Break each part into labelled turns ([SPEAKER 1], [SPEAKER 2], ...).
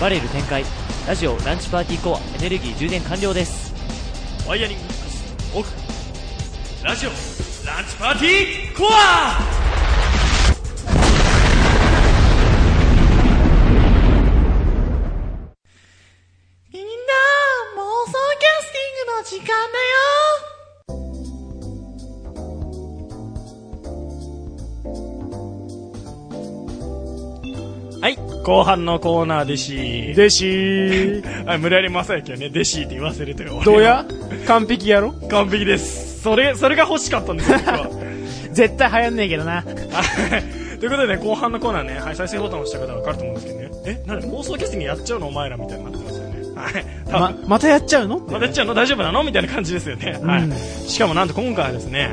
[SPEAKER 1] バレル展開ラジオランチパーティーコアエネルギー充電完了です
[SPEAKER 2] ワイヤリングオフラジオランチパーティーコア
[SPEAKER 3] みんな、妄想キャスティングの時間だよ
[SPEAKER 2] はい後半のコーナーでし
[SPEAKER 4] でしー。
[SPEAKER 2] あ無理やり正幸はね「でし」って言わせるという
[SPEAKER 4] どうや完璧やろ
[SPEAKER 2] 完璧ですそれそれが欲しかったんですよ僕は
[SPEAKER 4] 絶対流行んねえけどな。
[SPEAKER 2] はいということでね後半のコーナーね、はい、再生ボタンを押した方は分かると思うんですけどねえなんで妄想キャスティングやっちゃうのお前らみたいになってますよねはい多
[SPEAKER 4] ま
[SPEAKER 2] 分、、
[SPEAKER 4] またやっちゃうの
[SPEAKER 2] またやっちゃうの大丈夫なのみたいな感じですよね、は
[SPEAKER 4] うん
[SPEAKER 2] いしかもなんと今回はですね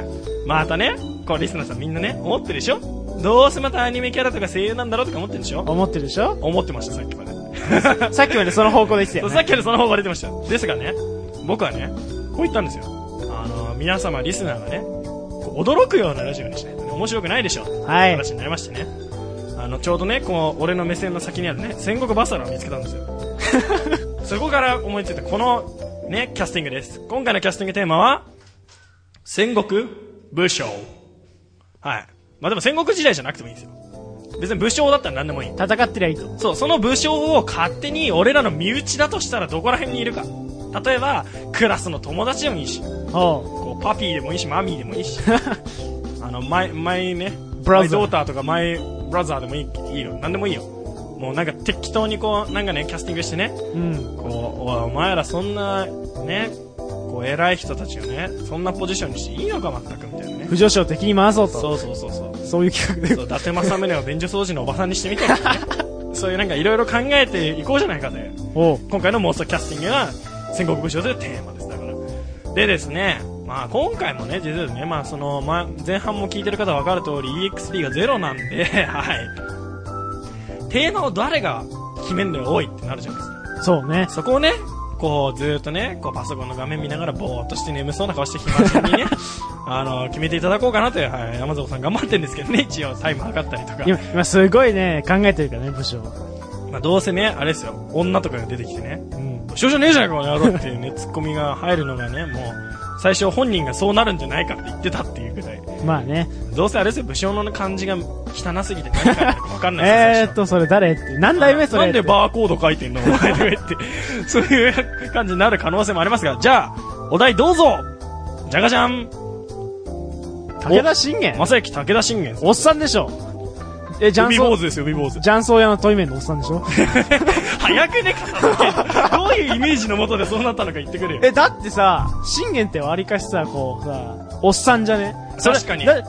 [SPEAKER 2] またねこうリスナーさんみんなね思ってるでしょどうせまたアニメキャラとか声優なんだろうとか思ってるでしょ
[SPEAKER 4] 思ってるでしょ
[SPEAKER 2] 思ってましたさっきまで
[SPEAKER 4] さっきまでその方向で来てたよ
[SPEAKER 2] そうさっ
[SPEAKER 4] ね。
[SPEAKER 2] きよりその方が出てました。ですがね、僕はね、こう言ったんですよ。あの、皆様、リスナーがね、こう驚くようなラジオにしないとね、面白くないでしょ。
[SPEAKER 4] はい
[SPEAKER 2] 話になりましてね。あの、ちょうどね、こう、俺の目線の先にあるね、戦国バサラを見つけたんです よ。そこから思いついた、この、ね、キャスティングです。今回のキャスティングテーマは、戦国武将。はい。まあでも戦国時代じゃなくてもいいんですよ。別に武将だったら何でもいい。
[SPEAKER 4] 戦ってりゃいいと。
[SPEAKER 2] そう、その武将を勝手に俺らの身内だとしたらどこら辺にいるか。例えば、クラスの友達でもいいし、
[SPEAKER 4] おう。
[SPEAKER 2] こうパピーでもいいし、マミーでもいいし、あの、マイ、マイね、
[SPEAKER 4] ブラザー
[SPEAKER 2] マイドーターとかマイブラザーでもいいいいよ。なんでもいいよ。もうなんか適当にこう、なんかね、キャスティングしてね、
[SPEAKER 4] うん。
[SPEAKER 2] こう、おいお前らそんな、ね、こう偉い人たちをね、そんなポジションにしていいのか全くみたいなね。
[SPEAKER 4] 不助手を敵に回そうと。
[SPEAKER 2] そうそうそうそう。
[SPEAKER 4] そういう企画で
[SPEAKER 2] そう、伊達政宗を便所掃除のおばさんにしてみたりとかね。そういうなんかいろいろ考えていこうじゃないかという。
[SPEAKER 4] おう。
[SPEAKER 2] 今回の妄想キャスティングは戦国武将というテーマですだからでですねまあ今回もね実はねまあその、まあ、前半も聞いてる方は分かる通り EXP がゼロなんで はいテーマを誰が決めるのが多いってなるじゃないですか
[SPEAKER 4] そうね。
[SPEAKER 2] そこをねこうずーっとねこうパソコンの画面見ながらぼーっとして眠そうな顔して暇人にねあの決めていただこうかなという、はい、山里さん頑張ってるんですけどね一応タイム測ったりとか
[SPEAKER 4] 今、今すごいね、考えてるからね、武将。
[SPEAKER 2] まあ、どうせねあれですよ女とかが出てきてね
[SPEAKER 4] うん。
[SPEAKER 2] 少女ねえじゃないかこの野郎って いうね、ツッコミが入るのがね、もう、最初本人がそうなるんじゃないかって言ってたっていうぐらい。
[SPEAKER 4] まあね。
[SPEAKER 2] どうせあれですよ、武将の感じが汚すぎて何書いてあるかわかんないで す
[SPEAKER 4] えーっと、それ誰って。何代目それ
[SPEAKER 2] なんで
[SPEAKER 4] ー
[SPEAKER 2] バーコード書いてんのお前の上って。そういう感じになる可能性もありますが、じゃあ、お題どうぞじゃがじゃん
[SPEAKER 4] 武田信玄
[SPEAKER 2] まさゆき武田信玄。
[SPEAKER 4] おっさんでしょ。え、ジャン
[SPEAKER 2] 海
[SPEAKER 4] ソ
[SPEAKER 2] 坊
[SPEAKER 4] ー、
[SPEAKER 2] 主ですよ、海坊主。
[SPEAKER 4] ジャンソー屋のトイメンのおっさんでし ょ
[SPEAKER 2] 早くね、片付ける。どういうイメージのもとでそうなったのか言ってくれよ。
[SPEAKER 4] え、だってさ、信玄ってわりかしさ、こうさ、おっさんじゃねそれ
[SPEAKER 2] 確かに
[SPEAKER 4] だだ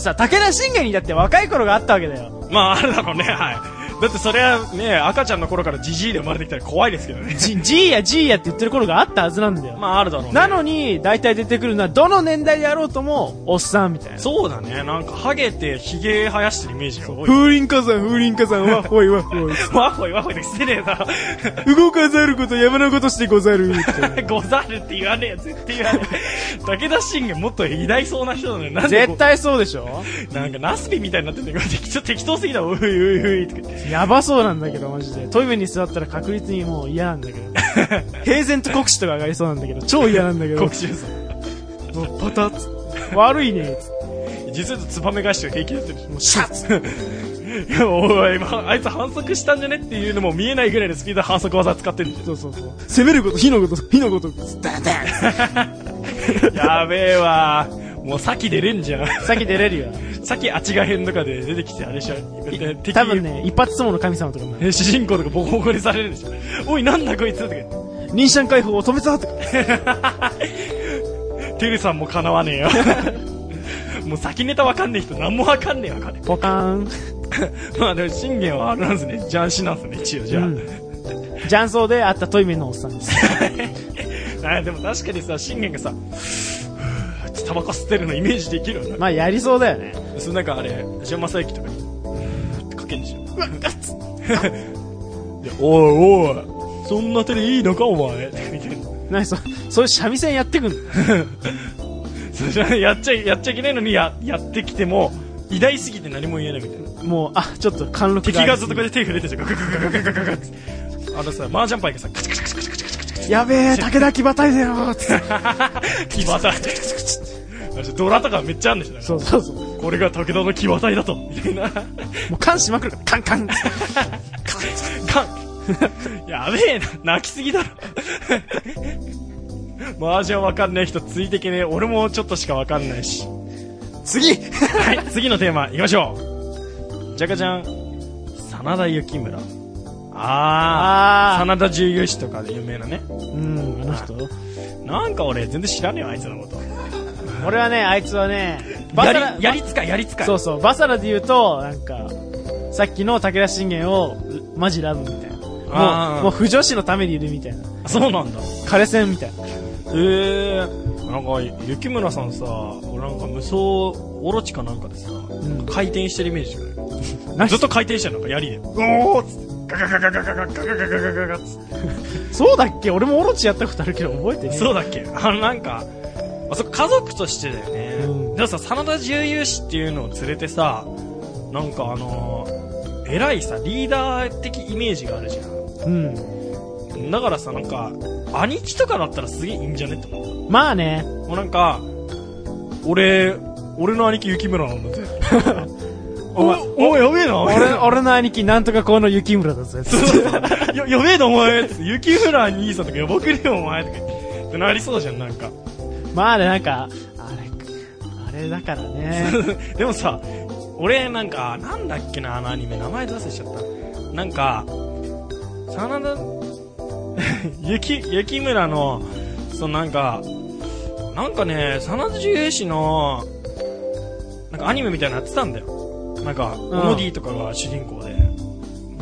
[SPEAKER 4] さ、武田信玄にだって若い頃があったわけだよ。
[SPEAKER 2] まあ、あるだろうね、はい。だってそれはね、赤ちゃんの頃からジジイで生まれてきたら怖いですけどね。
[SPEAKER 4] じ、じいやじいやって言ってる頃があったはずなんだよ。
[SPEAKER 2] まああるだろうね。
[SPEAKER 4] なのに、大体出てくるのは、どの年代であろうとも、おっさんみたいな。
[SPEAKER 2] そうだね。なんか、ハゲて、ヒゲ生やしてるイメージが 多い。
[SPEAKER 4] 風林火山、風林火山、わっほいわっ ほい。
[SPEAKER 2] わほいわほいで失礼だろ。
[SPEAKER 4] 動かざること、山のことしてござる。って
[SPEAKER 2] ござるって言わねえよ、絶対言わね え。武田信玄もっと偉大そうな人なのに、なんでこ
[SPEAKER 4] 絶対そうでしょ
[SPEAKER 2] うなんか、ナスビみたいになってんだ けど、適当適当すぎだ、おいおいおいとか言って。
[SPEAKER 4] やばそうなんだけど、マジで。トイレに座ったら確率にもう嫌なんだけ ど。平然と国士とか上がりそうなんだけど、超嫌なんだけど
[SPEAKER 2] 国。中さん。
[SPEAKER 4] もうパタッつって悪いね、つっ
[SPEAKER 2] 実はツバメ返しが平気だってる。もうシャッ いやおい、まあ、あいつ反則したんじゃねっていうのも見えないぐらいのスピードで反則技使ってるんだよ
[SPEAKER 4] て。そうそうそう。攻めること、火のこと、火のこと、つって。
[SPEAKER 2] やべえわ。もう先出れんじゃん。
[SPEAKER 4] 先出れるよ。
[SPEAKER 2] 先あちが編とかで出てきてあれでしょ敵
[SPEAKER 4] 多分ね、一発相撲の神様とかも、
[SPEAKER 2] え主人公とかボコボコにされるんでしょ おいなんだこいつとか言っ
[SPEAKER 4] 忍者解放を止めたとか。
[SPEAKER 2] ててるさんもかなわねえよ もう先ネタわかんねえ人何もわかんねえわかんね
[SPEAKER 4] ポカーン。
[SPEAKER 2] え まあでも信玄はあれなんですねジャンシなんですね一応じゃ
[SPEAKER 4] う
[SPEAKER 2] あ、
[SPEAKER 4] ん雀荘で会ったトイメンのおっさんです。
[SPEAKER 2] あでも確かにさ信玄がさふ ーってタバコ吸ってるのイメージできるよな
[SPEAKER 4] まあ、やりそうだよね。
[SPEAKER 2] そのなんかあれ塩正幸とかにふーってかけんでしょうわっつおいおいそんな手でいいのかお前ってみたいな
[SPEAKER 4] なにそ、そういう三味線やってくんの
[SPEAKER 2] それはやっちゃいやっちゃいけないのにややってきても偉大すぎて何も言えないみたいな
[SPEAKER 4] もう、あ、ちょっと貫禄
[SPEAKER 2] 敵がずっ
[SPEAKER 4] と
[SPEAKER 2] とこうやって手触れてるじゃんガガガガガガガガガあのさ、麻雀パイがさ、カチカチカチ
[SPEAKER 4] やべえ、武田騎馬隊だよつって。
[SPEAKER 2] 騎馬隊。あれじゃドラとかめっちゃあるんでしょだか
[SPEAKER 4] そうそうそう。
[SPEAKER 2] ら。これが武田の騎馬隊だと。みたいな。
[SPEAKER 4] もう缶しまくるから、カンカンつって
[SPEAKER 2] かん やべえな、泣きすぎだろ。 麻雀わかんない人ついてけねえ。俺もちょっとしかわかんないし。
[SPEAKER 4] 次
[SPEAKER 2] はい、次のテーマ、いきましょう。じゃかじゃん。真田幸村。あー、真田重雄氏とかで有名なね。
[SPEAKER 4] うん、あの人。
[SPEAKER 2] なんか俺全然知らねえよ、あいつのこと。
[SPEAKER 4] 俺はね、あいつはね、バ
[SPEAKER 2] や
[SPEAKER 4] サラ
[SPEAKER 2] り、、やりつかい、やりつかい。
[SPEAKER 4] そうそう、バサラで言うと、なんか、さっきの武田信玄を、マジラブみたいな。も
[SPEAKER 2] あー
[SPEAKER 4] う、もう不女子のためにいるみたいな。
[SPEAKER 2] そうなんだ。
[SPEAKER 4] 枯れ線みたいな。
[SPEAKER 2] へえー、なんか、雪村さんさ、俺なんか無双、オロチかなんかでさ、
[SPEAKER 4] ん
[SPEAKER 2] 回転してるイメージしかない。
[SPEAKER 4] 何
[SPEAKER 2] ずっと回転してるのか、槍で。うおーっつって、ガガガガガガガガガガガガガガっつっ
[SPEAKER 4] そうだっけ俺もオロチやったことあるけど覚えて
[SPEAKER 2] て。
[SPEAKER 4] ねえ。
[SPEAKER 2] そうだっけあの、なんか、あそこ家族としてだよね。
[SPEAKER 4] うん
[SPEAKER 2] でもさ、真田重勇士っていうのを連れてさ、なんかあのー、偉いさ、リーダー的イメージがあるじゃ
[SPEAKER 4] う
[SPEAKER 2] ん。
[SPEAKER 4] ん。
[SPEAKER 2] だからさ、なんか、兄貴とかだったらすげえいいんじゃねって思った。
[SPEAKER 4] まあね、
[SPEAKER 2] もうなんか、俺、俺の兄貴雪村なんだぜ。お前、お前やべえな、お前
[SPEAKER 4] 俺、俺の兄貴なんとかこの雪村だぜ。
[SPEAKER 2] ややべえな、お前。雪村兄さんとかやばくねえよ、お前。とか言ってってなりそうじゃん、なんか。
[SPEAKER 4] まあね、なんか、あれ、あれだからね。
[SPEAKER 2] でもさ、俺なんか、なんだっけな、あのアニメ、名前出せしちゃった。なんか、真田、 雪、雪村の、そのなんか、なんかね、真田重兵士の、なんかアニメみたいなのやってたんだよ。なんか、オノディとかが主人公で。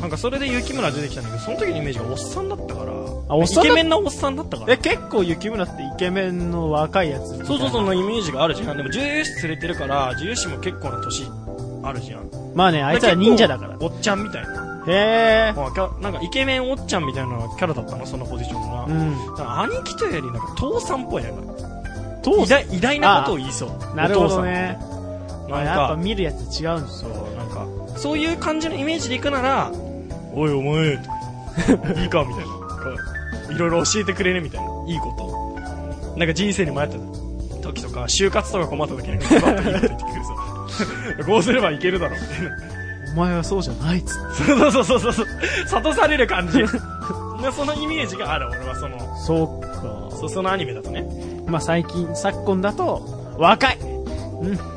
[SPEAKER 2] なんかそれで雪村出てきたんだけど、その時のイメージがおっさんだったから。
[SPEAKER 4] あおっさんだ
[SPEAKER 2] イケメンなおっさんだったから
[SPEAKER 4] え、。結構雪村ってイケメンの若いやつみたいな。
[SPEAKER 2] そうそうそのイメージがあるじゃん。でも、重要視連れてるから、重要視も結構な年あるじゃん。
[SPEAKER 4] まあね、あいつら忍者だから。
[SPEAKER 2] おっちゃんみたいな。
[SPEAKER 4] へえ。
[SPEAKER 2] まあキャなんかイケメンおっちゃんみたいなキャラだったの、そのポジションが。
[SPEAKER 4] うん。
[SPEAKER 2] だから兄貴というより、なんか父さんっぽいやんか。
[SPEAKER 4] 父
[SPEAKER 2] 偉大偉大なことを言いそう。
[SPEAKER 4] なるほどね。
[SPEAKER 2] お
[SPEAKER 4] ま
[SPEAKER 2] 父さ
[SPEAKER 4] あ
[SPEAKER 2] ん。
[SPEAKER 4] やっぱ
[SPEAKER 2] なんか、
[SPEAKER 4] 見るやつ違うんですよ。
[SPEAKER 2] そう、なんか、そういう感じのイメージで行くなら、おいお前、いいか、みたいなこう。いろいろ教えてくれね、みたいな。いいこと。なんか人生に迷った時とか、就活とか困った時なんか、バッといいこと言ってくるさ。 こうすればいけるだろ、みたいな。
[SPEAKER 4] お前はそうじゃないっつって。
[SPEAKER 2] そうそうそうそうそう。諭され る感じ。でそのイメージがある、俺はその、
[SPEAKER 4] そうか。
[SPEAKER 2] そそのアニメだとね。
[SPEAKER 4] まあ最近、昨今だと、若い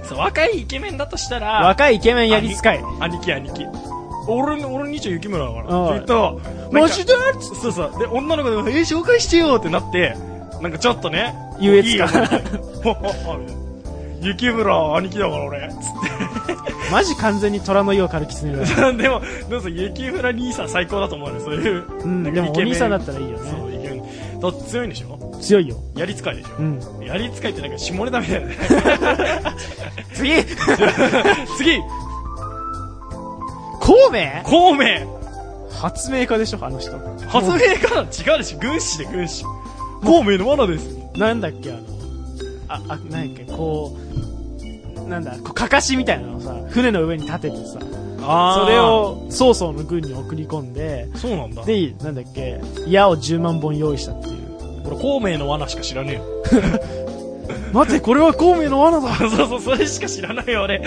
[SPEAKER 2] そう、若いイケメンだとしたら、
[SPEAKER 4] 若いイケメンやり使い。
[SPEAKER 2] 兄貴兄貴。俺の、俺の兄ちゃん雪村だから。
[SPEAKER 4] おい
[SPEAKER 2] ずっと、
[SPEAKER 4] マジで
[SPEAKER 2] なんかそうそう。で、女の子でも、えー、紹介してよってなって、なんかちょっとね、
[SPEAKER 4] 優越
[SPEAKER 2] 感
[SPEAKER 4] 感。
[SPEAKER 2] ほほほみたいな雪村兄貴だから俺、つって。
[SPEAKER 4] マジ完全に虎の湯を軽きつねるわ。
[SPEAKER 2] でも、どうぞ雪村兄さん最高だと思うね、そういう。
[SPEAKER 4] うん、
[SPEAKER 2] な
[SPEAKER 4] で
[SPEAKER 2] か
[SPEAKER 4] も
[SPEAKER 2] イ
[SPEAKER 4] お
[SPEAKER 2] ケメン
[SPEAKER 4] 兄さんだったらいいよ
[SPEAKER 2] そ
[SPEAKER 4] ね。
[SPEAKER 2] う、イケメン。だって強いんでしょ
[SPEAKER 4] 強いよ。
[SPEAKER 2] やり使いでしょ、
[SPEAKER 4] うん。
[SPEAKER 2] やり使いってなんか下ネタみたいなね
[SPEAKER 4] 次
[SPEAKER 2] 次
[SPEAKER 4] 孔明
[SPEAKER 2] 孔明
[SPEAKER 4] 発明家でしょ、あの人。
[SPEAKER 2] 発明家違うでしょ軍師で軍師孔明の罠です
[SPEAKER 4] なんだっけ、あの、あ、あ、なんだっけ、こう、なんだ、こう、かかしみたいなのをさ、船の上に立ててさ、
[SPEAKER 2] あ
[SPEAKER 4] そ
[SPEAKER 2] それ
[SPEAKER 4] れ
[SPEAKER 2] を
[SPEAKER 4] を曹操の軍に送り込んで、
[SPEAKER 2] そうなんだ
[SPEAKER 4] で、なんだっけ、矢を10万本用意したっていう。
[SPEAKER 2] 俺孔明の罠しか知らねえよ
[SPEAKER 4] 待って、これは孔明の罠だ
[SPEAKER 2] そうそうそれしか知らないよ俺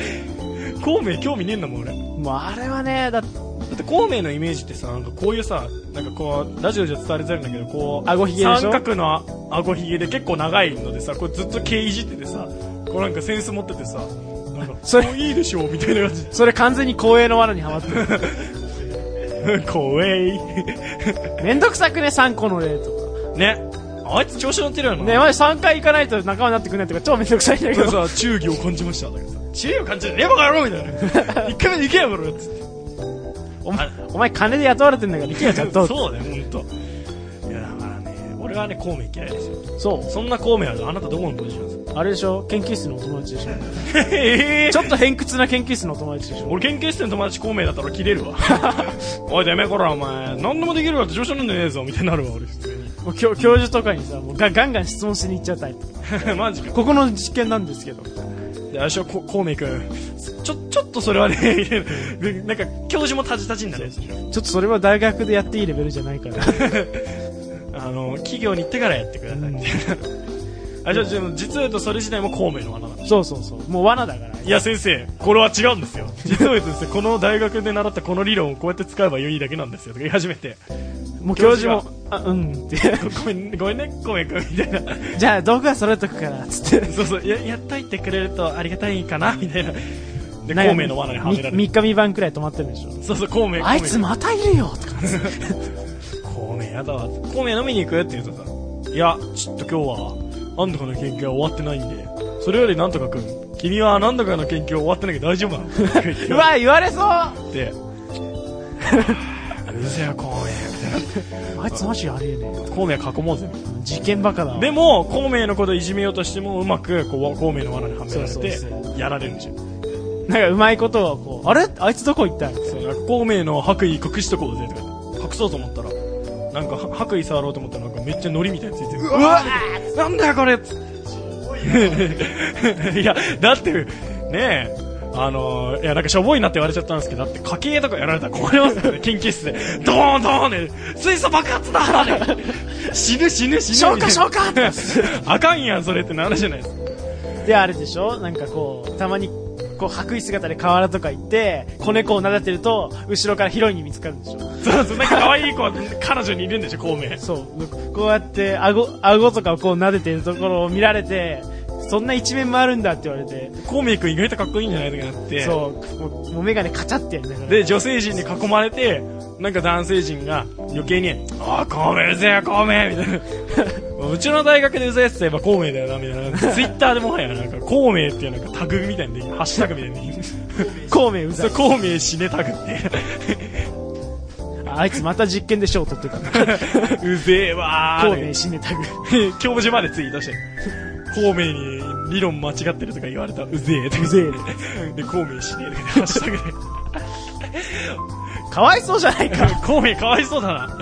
[SPEAKER 2] 孔明興味ねえんだもん俺だ
[SPEAKER 4] もうあれはね、だって、
[SPEAKER 2] って孔明のイメージってさなんかこういうさなんかこうラジオじゃ伝わりづらいんだけどこう
[SPEAKER 4] 顎ひげでし
[SPEAKER 2] 三
[SPEAKER 4] ょ
[SPEAKER 2] 角のあ顎ひげで結構長いのでさこれずっと毛いじっててさこうなんかセンス持っててさなんか
[SPEAKER 4] それ
[SPEAKER 2] もういいでしょみたいな感じ
[SPEAKER 4] それ完全に光栄の罠にはまって る。
[SPEAKER 2] 怖い。
[SPEAKER 4] めんどくさくね、3個の例と
[SPEAKER 2] ね。あいつ調子乗ってるよ
[SPEAKER 4] か。
[SPEAKER 2] な。
[SPEAKER 4] ね、まじ3回行かないと仲間になってくんないとか、超めんどくさいんだけ
[SPEAKER 2] これ
[SPEAKER 4] ど。
[SPEAKER 2] さ、忠義を感じました。だけどさ忠義を感じる。え、バカ野郎みたい な。一回目で行けよ、俺。つって。
[SPEAKER 4] お前、お前金で雇われてんだから、行けよ、ちゃんと。
[SPEAKER 2] そうね、ほんと。いや、だからね、俺はね、孔明嫌いですよ。
[SPEAKER 4] そう。
[SPEAKER 2] そんな孔明は、あなたどこのポジションで すか
[SPEAKER 4] あれでしょ研究室のお友達でしょ
[SPEAKER 2] ええ
[SPEAKER 4] ちょっと偏屈な研究室のお友達でしょ
[SPEAKER 2] 俺研究室の友達孔明だったら切れる わ。おい、てめえ、こら、お前、何でもできるわって調子乗んでねえぞ、みたいになるわ、俺、 普通に。
[SPEAKER 4] もう教教授とかにさ、もうガガンガン質問しに行っちゃうタイプ。
[SPEAKER 2] マジか。
[SPEAKER 4] ここの実験なんですけど。
[SPEAKER 2] で、あれしょ、こ孔明君、ちちょ、ちょっとそれはね、 なんか、教授もタジタジになる。
[SPEAKER 4] ちょっとそれは大学でやっていいレベルじゃない から。
[SPEAKER 2] あの、企業に行ってからやってください。 あ、じゃあ、じゃあ実は言うとそれ自体も孔明の罠だ。
[SPEAKER 4] そうそうそう。もう罠だから。
[SPEAKER 2] いや先生、これは違うんですよ。実は言うとですね、この大学で習ったこの理論をこうやって使えばいいだけなんですよ。とか言い始めて、
[SPEAKER 4] もう教授も、あ、うん って。
[SPEAKER 2] ごめん、ごめんね、孔明君、みたいな。
[SPEAKER 4] じゃあ道具は揃えとくから、つって。
[SPEAKER 2] そうそう、や、やっといてくれるとありがたいかな、みたいな。で、孔明の罠にはめられ
[SPEAKER 4] 3
[SPEAKER 2] る。
[SPEAKER 4] 日未晩くらい止まってるんでしょ。
[SPEAKER 2] そうそう、孔明、
[SPEAKER 4] あいつ
[SPEAKER 2] 孔明
[SPEAKER 4] またいるよとか。
[SPEAKER 2] 孔明やだわ。孔明飲みに行くって言うとさ、いや、ちょっと今日は、なんとかの研究は終わってないんで、それよりなんとか君、君はなんとかの研究終わってなきゃ大丈夫なの
[SPEAKER 4] うわ、言われそうあ
[SPEAKER 2] って、うるせえよ、孔明。
[SPEAKER 4] いつマジありえねえ。
[SPEAKER 2] 孔明囲もうぜ、
[SPEAKER 4] 事件バカだわ。
[SPEAKER 2] でも、孔明のことをいじめようとしても、うまく、こう、孔明の罠にはめられ
[SPEAKER 4] そう
[SPEAKER 2] て
[SPEAKER 4] そう、
[SPEAKER 2] やられるじゃん。
[SPEAKER 4] なんかうまいことをこう、あれあいつどこ行った
[SPEAKER 2] そうなんか孔明の白衣隠しとこうぜ、とか言って。隠そうと思ったら、なんか、は白衣触ろうと思ったら、なんかめっちゃ糊みたいについてる。うわなんだよ、これつっていや、だって、ねえ。あのー、いや、なんかしょぼいなって言われちゃったんですけど、だって家計とかやられたら困りますからね、研究室で。 ドーンドーンで、水素爆発だーね 死ぬ死ぬ死ぬ。
[SPEAKER 4] 消火消火
[SPEAKER 2] って。あかんやん、それってなるじゃないですか。
[SPEAKER 4] で、あれでしょなんかこう、たまに、こう、白衣姿で河原とか行って、子猫を撫でてると、後ろからヒロインに見つかるんでしょ
[SPEAKER 2] そうそう、なんか可愛い子は彼女にいるんでしょ、孔明。
[SPEAKER 4] そう。こうやって、顎、顎とかをこう撫でてるところを見られて、そんな一面もあるんだって言われて、
[SPEAKER 2] 孔明君意外とかっこいいんじゃないとかなって。
[SPEAKER 4] そう、もうもうメガネカチャってやりながら。
[SPEAKER 2] で、女性陣に囲まれて、なんか男性陣が余計に、ああ、孔明うぜえ、孔明みたいな。 うちの大学でうぜえって言えば孔明だよな、みたいな。ツイッターでもはや、なんか、孔明っていうなんかタグみたいなできる、ハッシュタグみたいなで きる。
[SPEAKER 4] 孔明うざ
[SPEAKER 2] そう
[SPEAKER 4] い。
[SPEAKER 2] 孔明死ねタグって。
[SPEAKER 4] ああいつまた実験で賞を取ってたん だ。
[SPEAKER 2] うぜえわ
[SPEAKER 4] 孔明
[SPEAKER 2] ー。
[SPEAKER 4] 死ねたぐ。
[SPEAKER 2] 教授までツイートして。孔明に理論間違ってるとか言われた。うぜえとか。
[SPEAKER 4] うぜ
[SPEAKER 2] で、孔明死ねえとかハッシュタグで。
[SPEAKER 4] かわいそうじゃないか。
[SPEAKER 2] 孔明かわいそうだな。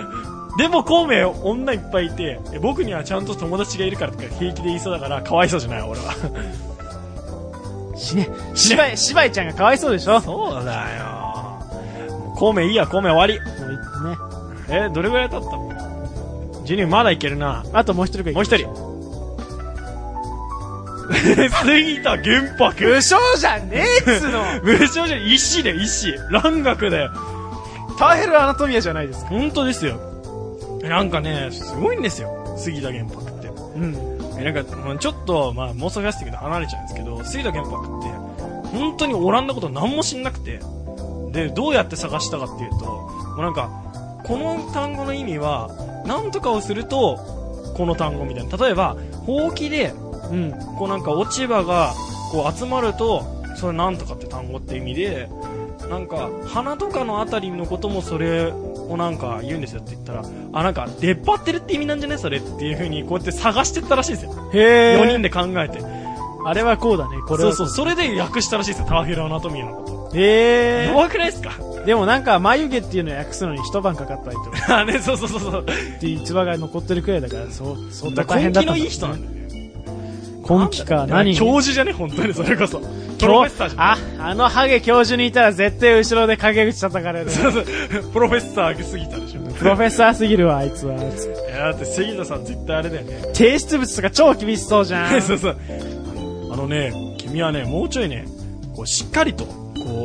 [SPEAKER 2] でも孔明女いっぱいいて、え僕にはちゃんと友達がいるからとか平気で言いそうだから、かわいそうじゃない、俺は。
[SPEAKER 4] 死ね。芝居、芝居ちゃんがかわいそうでしょも
[SPEAKER 2] そうだよ。もう孔明いいや、孔明終わり。
[SPEAKER 4] うね。
[SPEAKER 2] え、どれぐらい経ったのジュニーまだいけるな。
[SPEAKER 4] あともう一人くらい。
[SPEAKER 2] もう一人。 杉田玄白
[SPEAKER 4] 武。将じゃねえっつうの
[SPEAKER 2] 無償じゃん、石で石。蘭学だよ。
[SPEAKER 4] ターヘルアナトミアじゃないですか。
[SPEAKER 2] 本当ですよ。なんかね、すごいんですよ。杉田玄白って。
[SPEAKER 4] うん。
[SPEAKER 2] えなんか、まあちょっと、まあ、妄想フェスティックで離れちゃうんですけど、杉田玄白って、本当にオランダこと何も知んなくて、で、どうやって探したかっていうと、もうなんか、この単語の意味は、なんとかをすると、この単語みたいな。例えば、ほうきで、
[SPEAKER 4] うん。
[SPEAKER 2] こうなんか落ち葉がこう集まるとそれなんとかって単語って意味でなんか鼻とかのあたりのこともそれをなんか言うんですよって言ったらあなんか出っ張ってるって意味なんじゃないそれっていう風にこうやって探してったらしいんですよ、
[SPEAKER 4] へ
[SPEAKER 2] 4
[SPEAKER 4] え。
[SPEAKER 2] 人で考えて
[SPEAKER 4] あれはこうだね、これ
[SPEAKER 2] そう
[SPEAKER 4] は。
[SPEAKER 2] そうそれで訳したらしいんですよターフィルアナトミーのこと
[SPEAKER 4] へ
[SPEAKER 2] 弱くないですか
[SPEAKER 4] え。でもなんか、眉毛っていうのを訳すのに一晩かかったりとか、
[SPEAKER 2] あねそうそうそうそう
[SPEAKER 4] っていう逸話が残ってるくらいだから、そう、そんな大
[SPEAKER 2] 根
[SPEAKER 4] 変だっ
[SPEAKER 2] 気
[SPEAKER 4] た
[SPEAKER 2] の
[SPEAKER 4] んだ
[SPEAKER 2] いい人なんだよね
[SPEAKER 4] 今期か、何
[SPEAKER 2] 教授じゃね本当にそれこそプロ
[SPEAKER 4] 教
[SPEAKER 2] フェッサーじゃん
[SPEAKER 4] あ、あのハゲ教授にいたら絶対後ろで陰口叩かれ る。
[SPEAKER 2] そうそうプロフェッサーすぎたでしょ
[SPEAKER 4] プロフェッサーすぎるわ、あいつは。つって
[SPEAKER 2] いやだって杉田さん絶対あれだよね
[SPEAKER 4] 提出物とか超厳しそうじゃん。
[SPEAKER 2] そうそう。あのね、君はね、もうちょいね、こう、しっかりと、こ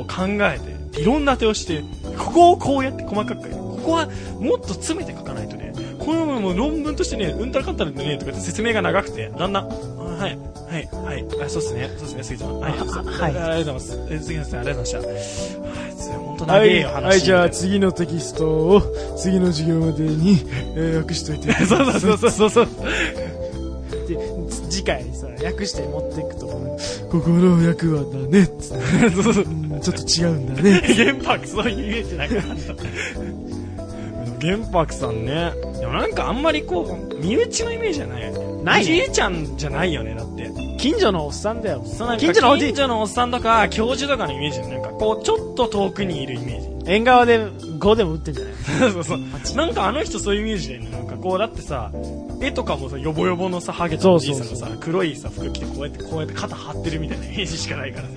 [SPEAKER 2] う、考えて、理論立てをして、ここをこうやって細かく書いて、ここはもっと詰めて書かないとね、このまま論文としてね、うんたらかんたらでね、とかって説明が長くて、だんだん、あはい、はい、はい、あそうっすね、そうっすね、杉田さん。はい、そうっす
[SPEAKER 4] は
[SPEAKER 2] はいい、ありがとうございます。え杉田さん、ありがとうございました。はい、つ本当
[SPEAKER 4] は
[SPEAKER 2] 長い
[SPEAKER 4] い、
[SPEAKER 2] よ、話。
[SPEAKER 4] はい、じゃあ次のテキストを次の授業までに、えー訳しとい て。
[SPEAKER 2] そうそうそうそうそう。
[SPEAKER 4] でつ次回さ、訳して持っていくと、心を焼くわだね、つって
[SPEAKER 2] そ うそうそう。
[SPEAKER 4] うんちょっと違うんだ ね。
[SPEAKER 2] 原白そういうイメージなくなった原白さんねでもなんかあんまりこう身内のイメージじゃないよね
[SPEAKER 4] ないね
[SPEAKER 2] おじいちゃんじゃないよねだって
[SPEAKER 4] 近所のおっさんだよ。
[SPEAKER 2] そのなんか
[SPEAKER 4] 近所のおじい
[SPEAKER 2] 近所のおっさんとか教授とかのイメージなんかこうちょっと遠くにいるイメージ
[SPEAKER 4] 縁側で5でも打ってんじゃない
[SPEAKER 2] そうそうなんかあの人そういうイメージだよねなんかこうだってさ絵とかもさヨボヨボのさハゲたおじいさんが
[SPEAKER 4] そうそ
[SPEAKER 2] さ黒いさ服着てこうやってこうやって肩張ってるみたいなイメージしかないからさ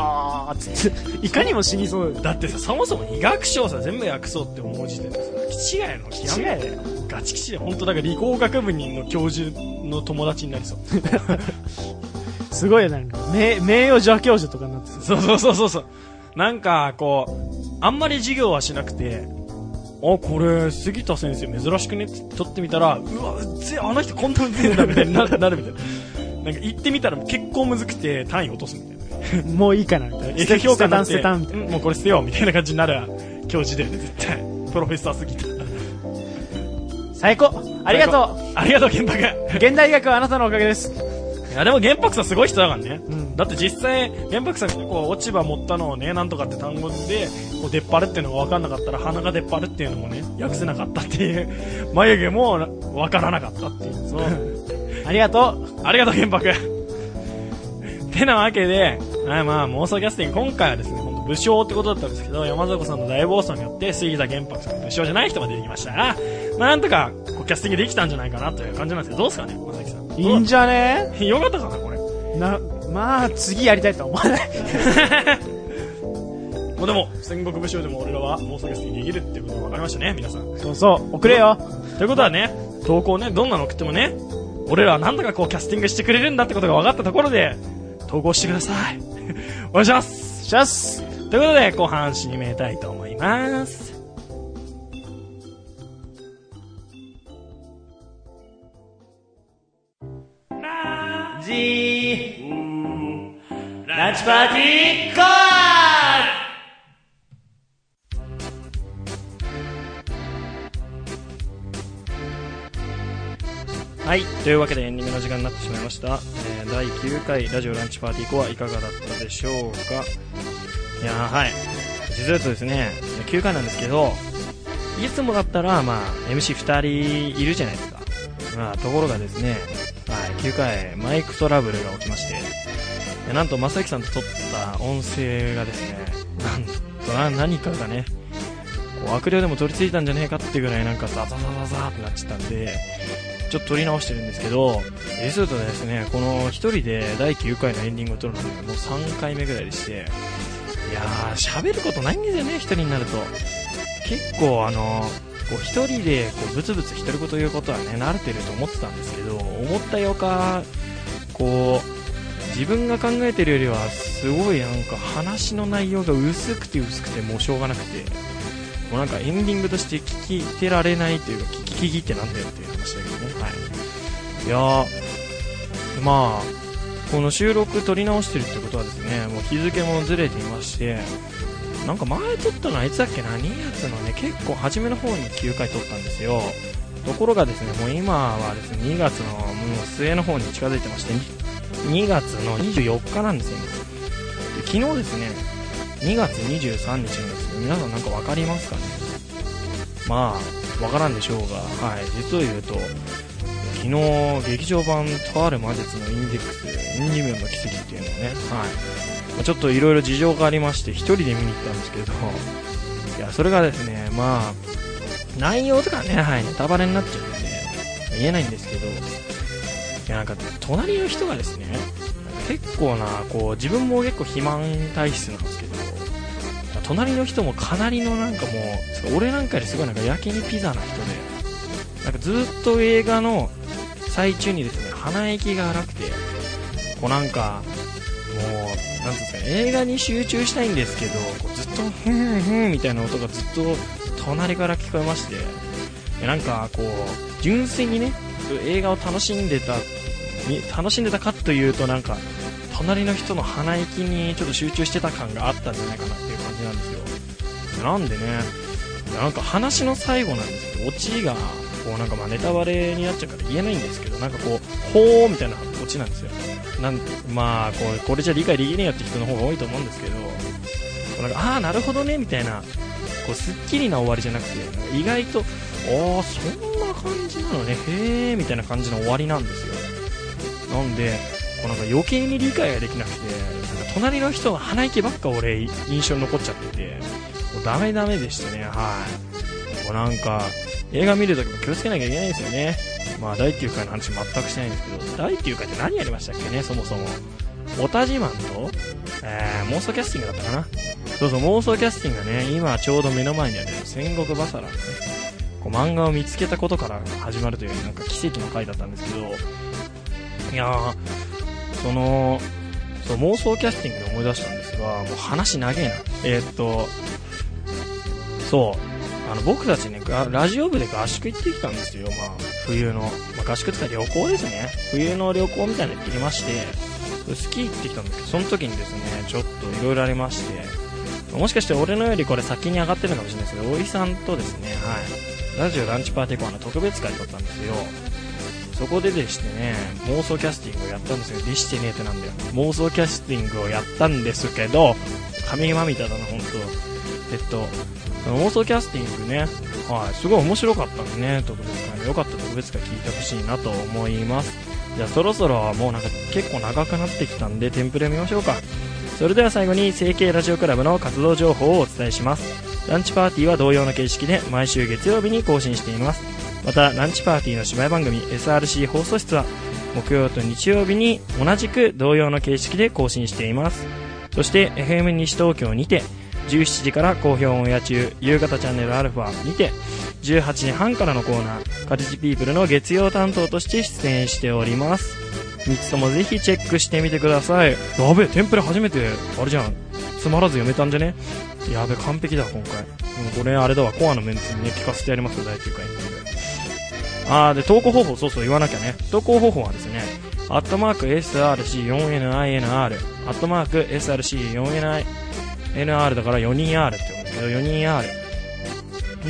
[SPEAKER 4] あーっつって、いかにも死にそうだよ。
[SPEAKER 2] だってさそもそも医学賞さ全部訳そうって思う時点でさ気違いの極めて
[SPEAKER 4] 気違いだよ
[SPEAKER 2] ガチ気違い本当だから理工学部の教授の友達になりそう
[SPEAKER 4] すごいよ、なんか、名、名誉助教授とかになってさ
[SPEAKER 2] そうそうそうそうそうなんかこうあんまり授業はしなくてあこれ杉田先生珍しくねって取ってみたらうわうっぜあの人こんなうぜえんだみた いにななるみたいななんか行ってみたら結構むずくて単位落とすみたいな
[SPEAKER 4] もういいかな、みたいな。
[SPEAKER 2] 影響評価になって
[SPEAKER 4] 捨てたん、捨てたん、みたいな。
[SPEAKER 2] うんもうこれ捨てようみたいな感じになる教授だよね絶対プロフェッサーすぎた
[SPEAKER 4] 最高ありがと
[SPEAKER 2] うありがとう、玄白。
[SPEAKER 4] う現代医学はあなたのおかげです。
[SPEAKER 2] いや、でも玄白さんすごい人だからね。
[SPEAKER 4] うん
[SPEAKER 2] だって実際、玄白さんがこう、落ち葉持ったのをね、なんとかって単語で、こう、出っ張るっていうのが分かんなかったら、鼻が出っ張るっていうのもね、訳せなかったっていう、眉毛も分からなかったっていう。そう。
[SPEAKER 4] ありがと
[SPEAKER 2] ありがとう、玄白。 てなわけで、はい、まあ、妄想キャスティング、今回はですね、本当武将ってことだったんですけど、山里さんの大暴走によって、杉田玄白さんの武将じゃない人が出てきましたから、なんとか、こうキャスティングできたんじゃないかなという感じなんですけど、どうですかね、山崎さん。
[SPEAKER 4] ういいんじゃね
[SPEAKER 2] よかったかな、これ。
[SPEAKER 4] な、まあ、次やりたいとは思わない。
[SPEAKER 2] まあでも、戦国武将でも俺らは妄想が好きにできるっていうことが分かりましたね、皆さん。
[SPEAKER 4] そうそう、送れよ。
[SPEAKER 2] ということはね、投稿ね、どんなの送ってもね、俺らはなんとかこうキャスティングしてくれるんだってことが分かったところで、投稿してください。 お願いします
[SPEAKER 4] シャス
[SPEAKER 2] ということで、後半締めたいと思います。
[SPEAKER 1] ランチパーティーコア
[SPEAKER 2] はい、というわけでエンディングの時間になってしまいました。えー第9回ラジオランチパーティーコはいかがだったでしょうかいやー、はい。実はですね、9回なんですけど、いつもだったら、まあ、MC2 人いるじゃないですか。まあ、ところがですね、はい、9回、マイクトラブルが起きまして、でなんと、正幸さんと撮った音声がですね、なんとな、何かがね、こう悪霊でも取り付いたんじゃねえかってぐらいなんかザザザザザーってなっちゃったんで、ちょっと撮り直してるんですけど、えーそうするとですね、この一人で第9回のエンディングを撮るのがもう3回目ぐらいでして、いやー、喋ることないんですよね、一人になると。結構あのこう一人でこうブツブツ独り言言うことはね、慣れてると思ってたんですけど、思ったよか、こう、自分が考えてるよりは、すごいなんか話の内容が薄くて薄くてもうしょうがなくて、もうなんかエンディングとして聞きてられないというか、聞き聞きってなんだよっていう話だけどね。はい。いやー、まあ、この収録撮り直してるってことはですね、もう日付もずれていまして、なんか前撮ったのはいつだっけな、2月のね、結構初めの方に9回撮ったんですよ。ところがですね、もう今はですね、2月のもう末の方に近づいてまして、2月の24日なんですよ、ね。で昨日ですね、2月23日なんですけど、皆さんなんかわかりますかねまあ、わからんでしょうが、はい、実を言うと、昨日、劇場版とある魔術のインデックス、インディメンの奇跡っていうのをね、はい、まあちょっといろいろ事情がありまして、一人で見に行ったんですけど、 いや、それがですね、まあ、内容とかね、はい、ネタバレになっちゃうんで、言えないんですけど、いや、なんか、隣の人がですね、結構な、こう、自分も結構肥満体質なんですけど、隣の人もかなりのなんかもう、俺なんかよりすごいなんか焼きにピザな人で、なんかずっと映画の最中にですね、鼻息が荒くて、こうなんか、もう、なんていうんですかね、映画に集中したいんですけど、こうずっと、ふんふんみたいな音がずっと隣から聞こえまして、でなんかこう、純粋にね、映画を楽しんでた、に楽しんでたかというとなんか、隣の人の鼻息にちょっと集中してた感があったんじゃないかなっていう感じなんですよ。でなんでね、いやなんか話の最後なんですけど、オチが、こうなんかまあネタバレになっちゃうから言えないんですけど、なんかこう、ほーみたいなオチなんですよ。なんまあこうこれじゃ理解できねえよって人の方が多いと思うんですけどなんかああなるほどねみたいなこうすっきりな終わりじゃなくてなんか意外とああそんな感じなのねへえみたいな感じの終わりなんですよなんでこうなんか余計に理解ができなくてなんか隣の人の鼻息ばっか俺印象に残っちゃっててもうダメダメでしたねはいもうなんか映画見るときも気をつけなきゃいけないですよねまあ、第9回の話全くしてないんですけど、第9回って何やりましたっけね、そもそも。オタ自慢と、えー、妄想キャスティングだったかなそうそう妄想キャスティングがね今ちょうど目の前にある戦国バサラのねこう漫画を見つけたことから始まるというなんか奇跡の回だったんですけどいやーそのそう妄想キャスティングで思い出したんですがもう話長えなえーっとそうあの僕たちねがラジオ部で合宿行ってきたんですよ、まあ、冬の、まあ合宿っていうか旅行ですね冬の旅行みたいなの行ってきましてスキー行ってきたんですけどその時にですねちょっといろいろありましてもしかして俺のよりこれ先に上がってるのかもしれないですけど大井さんとですね、はい、ラジオランチパーティーコアの特別会だったんですよそこででしてね妄想キャスティングをやったんですけどでしてねえってなんだよ妄想キャスティングをやったんですけど神まみただな本当えっとその妄想キャスティングね、はい、すごい面白かったんでね特別会のよかったら特別会聞いてほしいなと思いますじゃあそろそろもうなんか結構長くなってきたんでテンプレ見ましょうかそれでは最後に成形ラジオクラブの活動情報をお伝えしますランチパーティーは同様の形式で毎週月曜日に更新していますまたランチパーティーの姉妹番組 SRC 放送室は木曜と日曜日に同じく同様の形式で更新していますそして FM 西東京にて17時から好評オンエア中夕方チャンネルアルファにて18時半からのコーナーカルジピープルの月曜担当として出演しております3つともぜひチェックしてみてくださいやべえテンプレ初めてあれじゃんつまらず読めたんじゃねやべえ完璧だ今回もうこれあれだわコアのメンツにね聞かせてやりますよ第9回あーで投稿方法そうそう言わなきゃね投稿方法はですねアットマーク SRC4NINR アットマーク SRC4NINR NR だから4人 R って言うんですけど、4人 R。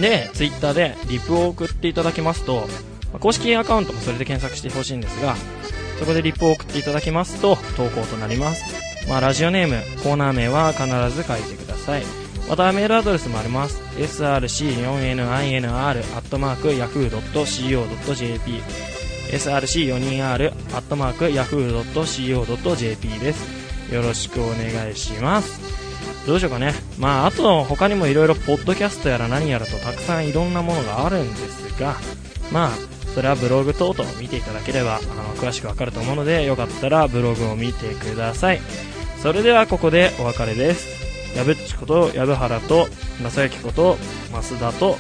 [SPEAKER 2] で、ツイッターでリプを送っていただきますと、まあ公式アカウントもそれで検索してほしいんですが、そこでリプを送っていただきますと、投稿となります。まあ、ラジオネーム、コーナー名は必ず書いてください。また、メールアドレスもあります。src4ninr.yahoo.co.jp src4ninr.yahoo.co.jp です。よろしくお願いします。どうしようかね。まあ、あと他にもいろいろポッドキャストやら何やらとたくさんいろんなものがあるんですが、まあ、それはブログ等々見ていただければ、あの、詳しくわかると思うので、よかったらブログを見てください。それではここでお別れです。矢部っちこと、矢部原と、正幸こと、増田と、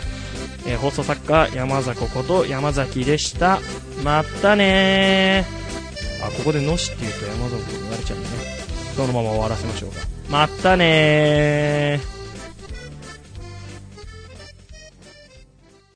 [SPEAKER 2] えー放送作家、山迫こと、山崎でした。またねー。あ、ここでのしって言うと山迫に言われちゃうんだね。そのまま終わらせましょうか。またねー。